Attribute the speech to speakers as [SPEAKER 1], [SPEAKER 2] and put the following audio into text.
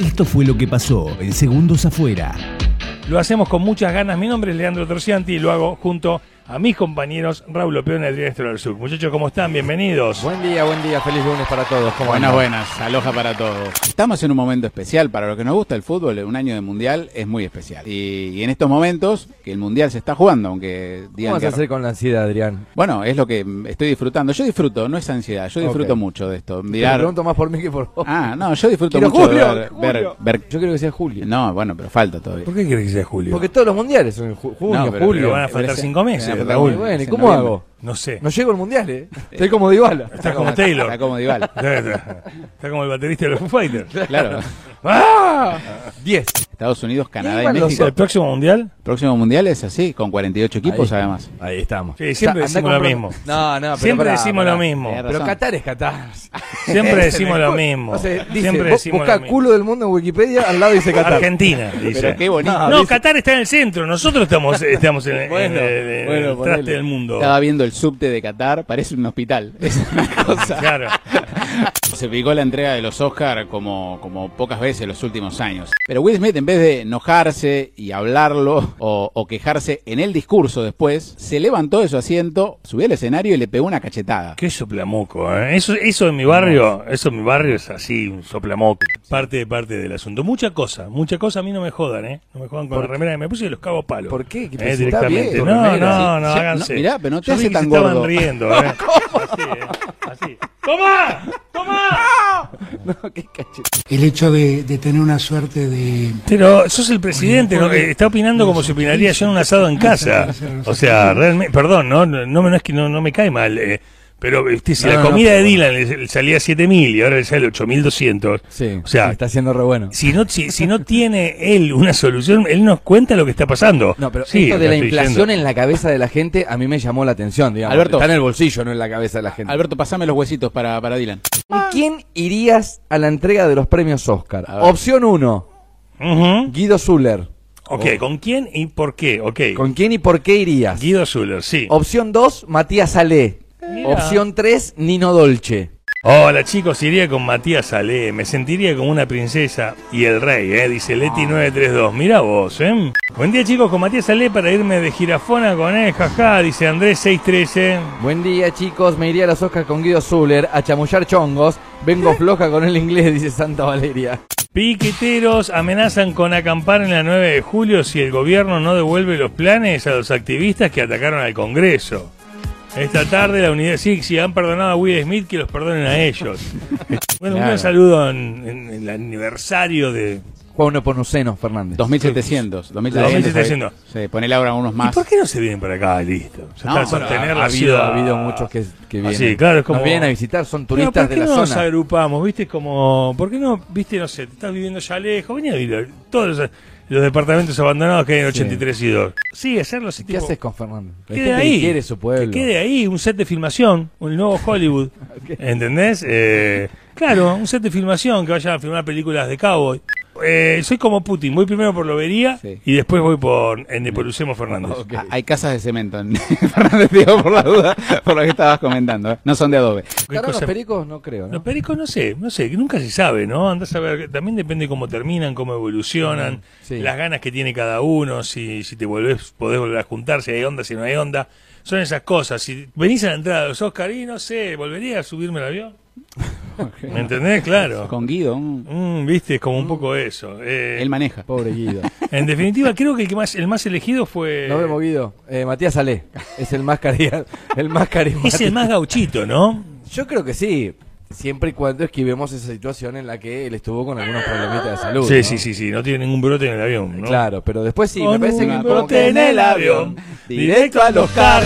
[SPEAKER 1] Esto fue lo que pasó en Segundos Afuera.
[SPEAKER 2] Lo hacemos con muchas ganas. Mi nombre es Leandro Torcianti y lo hago junto a mis compañeros Raúl Opeón y Adrián Estrella del Sur. Muchachos, ¿cómo están? Bienvenidos.
[SPEAKER 3] Buen día, buen día, feliz lunes para todos. ¿Cómo
[SPEAKER 4] Buenas,
[SPEAKER 3] andan?
[SPEAKER 4] buenas, aloja para todos. Estamos en un momento especial, para lo que nos gusta el fútbol, un año de mundial es muy especial. Y, y en estos momentos, que el mundial se está jugando, aunque
[SPEAKER 3] ¿Cómo
[SPEAKER 4] digan
[SPEAKER 3] vas a
[SPEAKER 4] que...
[SPEAKER 3] hacer con la ansiedad, Adrián?
[SPEAKER 4] Bueno, es lo que mm, estoy disfrutando. Yo disfruto, no es ansiedad, yo disfruto
[SPEAKER 3] Ok.
[SPEAKER 4] mucho de esto.
[SPEAKER 3] Te lo
[SPEAKER 4] Mirar...
[SPEAKER 3] pregunto más por mí que por vos.
[SPEAKER 4] Ah, no, yo disfruto
[SPEAKER 3] Quiero
[SPEAKER 4] mucho
[SPEAKER 3] Julio,
[SPEAKER 4] ver,
[SPEAKER 3] Julio.
[SPEAKER 4] ver- ver-
[SPEAKER 3] Yo creo que sea Julio.
[SPEAKER 4] No, bueno, pero falta todavía.
[SPEAKER 2] ¿Por qué crees que sea Julio?
[SPEAKER 3] Porque todos los mundiales son en ju- junio,
[SPEAKER 4] No, pero-
[SPEAKER 3] julio.
[SPEAKER 2] pero van a faltar
[SPEAKER 4] ese-
[SPEAKER 2] cinco meses,
[SPEAKER 4] me va a faltar
[SPEAKER 2] Raúl.
[SPEAKER 4] un-
[SPEAKER 3] Bueno, ¿y
[SPEAKER 4] en
[SPEAKER 3] cómo
[SPEAKER 4] noviembre.
[SPEAKER 3] hago?
[SPEAKER 2] No sé.
[SPEAKER 3] No llego al mundial, ¿eh? Estoy como Dybala.
[SPEAKER 2] Está como Taylor.
[SPEAKER 4] Está como Dybala.
[SPEAKER 2] Está como el baterista de los Foo Fighters.
[SPEAKER 4] Claro.
[SPEAKER 2] ¡Ah!
[SPEAKER 3] 10.
[SPEAKER 4] Estados Unidos, Canadá
[SPEAKER 3] iban
[SPEAKER 4] y
[SPEAKER 3] los
[SPEAKER 4] México.
[SPEAKER 2] ¿El próximo mundial?
[SPEAKER 4] Próximo mundial es así, con 48 equipos además.
[SPEAKER 5] Ahí estamos.
[SPEAKER 2] Sí, Eh, siempre
[SPEAKER 3] Andá
[SPEAKER 2] decimos lo
[SPEAKER 3] comprando-
[SPEAKER 2] mismo.
[SPEAKER 3] No, no, pero
[SPEAKER 2] Siempre
[SPEAKER 3] pará,
[SPEAKER 2] decimos
[SPEAKER 3] pará.
[SPEAKER 2] lo mismo.
[SPEAKER 4] Mierda.
[SPEAKER 3] Pero
[SPEAKER 4] Razón.
[SPEAKER 3] Qatar es Qatar.
[SPEAKER 2] Siempre decimos lo
[SPEAKER 3] O sea,
[SPEAKER 2] mismo.
[SPEAKER 3] dice,
[SPEAKER 2] Siempre
[SPEAKER 3] bu-
[SPEAKER 2] decimos
[SPEAKER 3] busca
[SPEAKER 2] lo mismo.
[SPEAKER 3] culo del mundo en Wikipedia, al lado dice Qatar.
[SPEAKER 2] Argentina, dice.
[SPEAKER 4] Pero qué Ah, bonito.
[SPEAKER 2] No, Qatar está en el centro, nosotros estamos, estamos en, en-
[SPEAKER 3] Bueno,
[SPEAKER 2] en- en
[SPEAKER 3] bueno,
[SPEAKER 2] el traste
[SPEAKER 3] ponele.
[SPEAKER 2] del mundo.
[SPEAKER 4] Estaba viendo el subte de Qatar, parece un hospital. Es una cosa.
[SPEAKER 2] Claro.
[SPEAKER 4] Se picó la entrega de los Oscar como, como pocas veces en los últimos años. Pero Will Smith, en vez de enojarse y hablarlo o, o quejarse en el discurso después, se levantó de su asiento, subió al escenario y le pegó una cachetada.
[SPEAKER 2] Qué soplamoco, ¿eh? Eso, eso en mi barrio, eso en mi barrio es así, un soplamoco. Parte, parte del asunto. Mucha cosa, mucha cosa a mí no me jodan, ¿eh? No me jodan con la remera que me puse y los cago a palo.
[SPEAKER 3] ¿Por qué? Que
[SPEAKER 2] Eh,
[SPEAKER 3] si está
[SPEAKER 2] directamente.
[SPEAKER 3] bien tu
[SPEAKER 2] no,
[SPEAKER 3] remera.
[SPEAKER 2] no, no,
[SPEAKER 4] Sí, ya-
[SPEAKER 2] háganse.
[SPEAKER 4] no, mirá, pero no te
[SPEAKER 2] Yo
[SPEAKER 4] hace
[SPEAKER 2] vi que
[SPEAKER 4] tan
[SPEAKER 2] se
[SPEAKER 4] gordo.
[SPEAKER 2] estaban riendo, ¿eh? Así, ¿eh? Así. ¡Toma! ¡Toma!
[SPEAKER 3] No, qué cachete.
[SPEAKER 6] el hecho de, de tener una suerte de...
[SPEAKER 2] Pero sos el presidente, ¿no? Eh, está opinando como si opinaría yo en un asado en casa. O sea, realmente, perdón, no, no, no, me- no es que no, no me cae mal, eh, pero viste, si
[SPEAKER 3] No,
[SPEAKER 2] la
[SPEAKER 3] no,
[SPEAKER 2] comida
[SPEAKER 3] no,
[SPEAKER 2] de
[SPEAKER 3] pero
[SPEAKER 2] Dylan le, le salía 7.000 y ahora le sale 8.200,
[SPEAKER 3] Sí,
[SPEAKER 2] o sea,
[SPEAKER 3] está siendo re bueno.
[SPEAKER 2] si no, si, si no tiene él una solución, él nos cuenta lo que está pasando.
[SPEAKER 3] No, pero
[SPEAKER 2] Sí,
[SPEAKER 3] esto
[SPEAKER 2] lo
[SPEAKER 3] de la
[SPEAKER 2] estoy
[SPEAKER 3] inflación
[SPEAKER 2] diciendo.
[SPEAKER 3] en la cabeza de la gente a mí me llamó la atención, digamos.
[SPEAKER 4] Alberto.
[SPEAKER 3] Está en el bolsillo, no en la cabeza de la gente.
[SPEAKER 4] Alberto, pasame los huesitos para, para Dylan.
[SPEAKER 3] ¿Con quién irías a la entrega de los premios Oscar?
[SPEAKER 4] A ver.
[SPEAKER 3] Opción 1,
[SPEAKER 2] Ujú.
[SPEAKER 3] Guido Zuller.
[SPEAKER 2] Ok, ¿con quién y por qué? Ok.
[SPEAKER 3] Oh. ¿Con Oh, quién y por qué irías?
[SPEAKER 2] Guido Zuller, sí.
[SPEAKER 3] Opción 2, Matías Alé. Opción 3, Nino Dolce.
[SPEAKER 2] Hola chicos, iría con Matías Ale, me sentiría como una princesa y el rey, eh, dice Leti 932. Mira vos, ¿eh? Buen día chicos, con Matías Ale para irme de girafona con él, jaja, dice Andrés 613.
[SPEAKER 3] Buen día, chicos. Me iría a los Oscars con Guido Zuller a chamullar chongos. Vengo floja con el inglés, dice Santa Valeria.
[SPEAKER 2] Piqueteros amenazan con acampar en la 9 de julio si el gobierno no devuelve los planes a los activistas que atacaron al Congreso. Esta tarde la unidad sí, si han perdonado a Will Smith, que los perdonen a ellos. Bueno, un gran saludo en, en el aniversario de,
[SPEAKER 3] Juan Neponuceno Fernández.
[SPEAKER 4] 2700.
[SPEAKER 2] 2700.
[SPEAKER 4] Sí, ponele ahora unos más.
[SPEAKER 2] ¿Y por qué no se vienen para acá? Listo. Ya
[SPEAKER 4] No,
[SPEAKER 2] está, sostener
[SPEAKER 3] ha,
[SPEAKER 2] la
[SPEAKER 3] habido,
[SPEAKER 2] ciudad.
[SPEAKER 3] ha habido muchos que, que
[SPEAKER 2] Ah,
[SPEAKER 3] vienen.
[SPEAKER 2] sí, claro, es como-
[SPEAKER 3] Nos vienen a visitar, son
[SPEAKER 2] Pero,
[SPEAKER 3] turistas
[SPEAKER 2] ¿Por qué
[SPEAKER 3] de la
[SPEAKER 2] no nos
[SPEAKER 3] zona.
[SPEAKER 2] agrupamos? ¿Viste? Como, ¿por qué no? ¿Viste? No sé, te estás viviendo ya lejos. Vení a vivir a todos los, los departamentos abandonados que hay en 83 y 2. Sí, hacerlo así.
[SPEAKER 3] ¿Qué
[SPEAKER 2] tipo,
[SPEAKER 3] haces con Fernando? La
[SPEAKER 2] Quede
[SPEAKER 3] gente que
[SPEAKER 2] ahí.
[SPEAKER 3] quiere su pueblo.
[SPEAKER 2] Que quede ahí un set de filmación, un nuevo Hollywood. ¿Entendés? Eh, claro, un set de filmación que vayan a filmar películas de cowboy. Eh, soy como Putin, voy primero por Lobería
[SPEAKER 4] Sí.
[SPEAKER 2] y después voy por Nepolusemo Fernández.
[SPEAKER 4] Ah, Hay casas de cemento en Fernández, digo, por la duda, por lo que estabas comentando. ¿eh? No son de adobe.
[SPEAKER 2] Qué
[SPEAKER 3] ¿Estarán los
[SPEAKER 2] cosa-
[SPEAKER 3] pericos? No creo, ¿no?
[SPEAKER 2] Los pericos no sé, no sé, que nunca se sabe, ¿no? Andás a ver, también depende cómo terminan, cómo evolucionan,
[SPEAKER 3] Sí.
[SPEAKER 2] las ganas que tiene cada uno, si, si te volvés, podés volver a juntar, si hay onda, si no hay onda. Son esas cosas. Si venís a la entrada de los Oscar y no sé, ¿volvería a subirme al avión? ¿Me entendés? Claro.
[SPEAKER 4] Con Guido, mm,
[SPEAKER 2] Mm, Viste, es como un poco eso. Eh,
[SPEAKER 4] él maneja.
[SPEAKER 3] Pobre Guido.
[SPEAKER 2] en definitiva, creo que el, que más, el más elegido fue...
[SPEAKER 3] Nos vemos, Guido. Eh, Matías Ale es el más cari- el más carismático.
[SPEAKER 2] es el más gauchito, ¿no?
[SPEAKER 3] Yo creo que sí. Siempre y cuando esquivemos esa situación en la que él estuvo con algunos problemitas de salud.
[SPEAKER 2] Sí,
[SPEAKER 3] ¿no?
[SPEAKER 2] sí, sí, sí, no tiene ningún brote en el avión, ¿no?
[SPEAKER 3] Claro, pero después sí, me
[SPEAKER 2] Con
[SPEAKER 3] parece
[SPEAKER 2] un
[SPEAKER 3] que.
[SPEAKER 2] brote en el avión, directo a los car.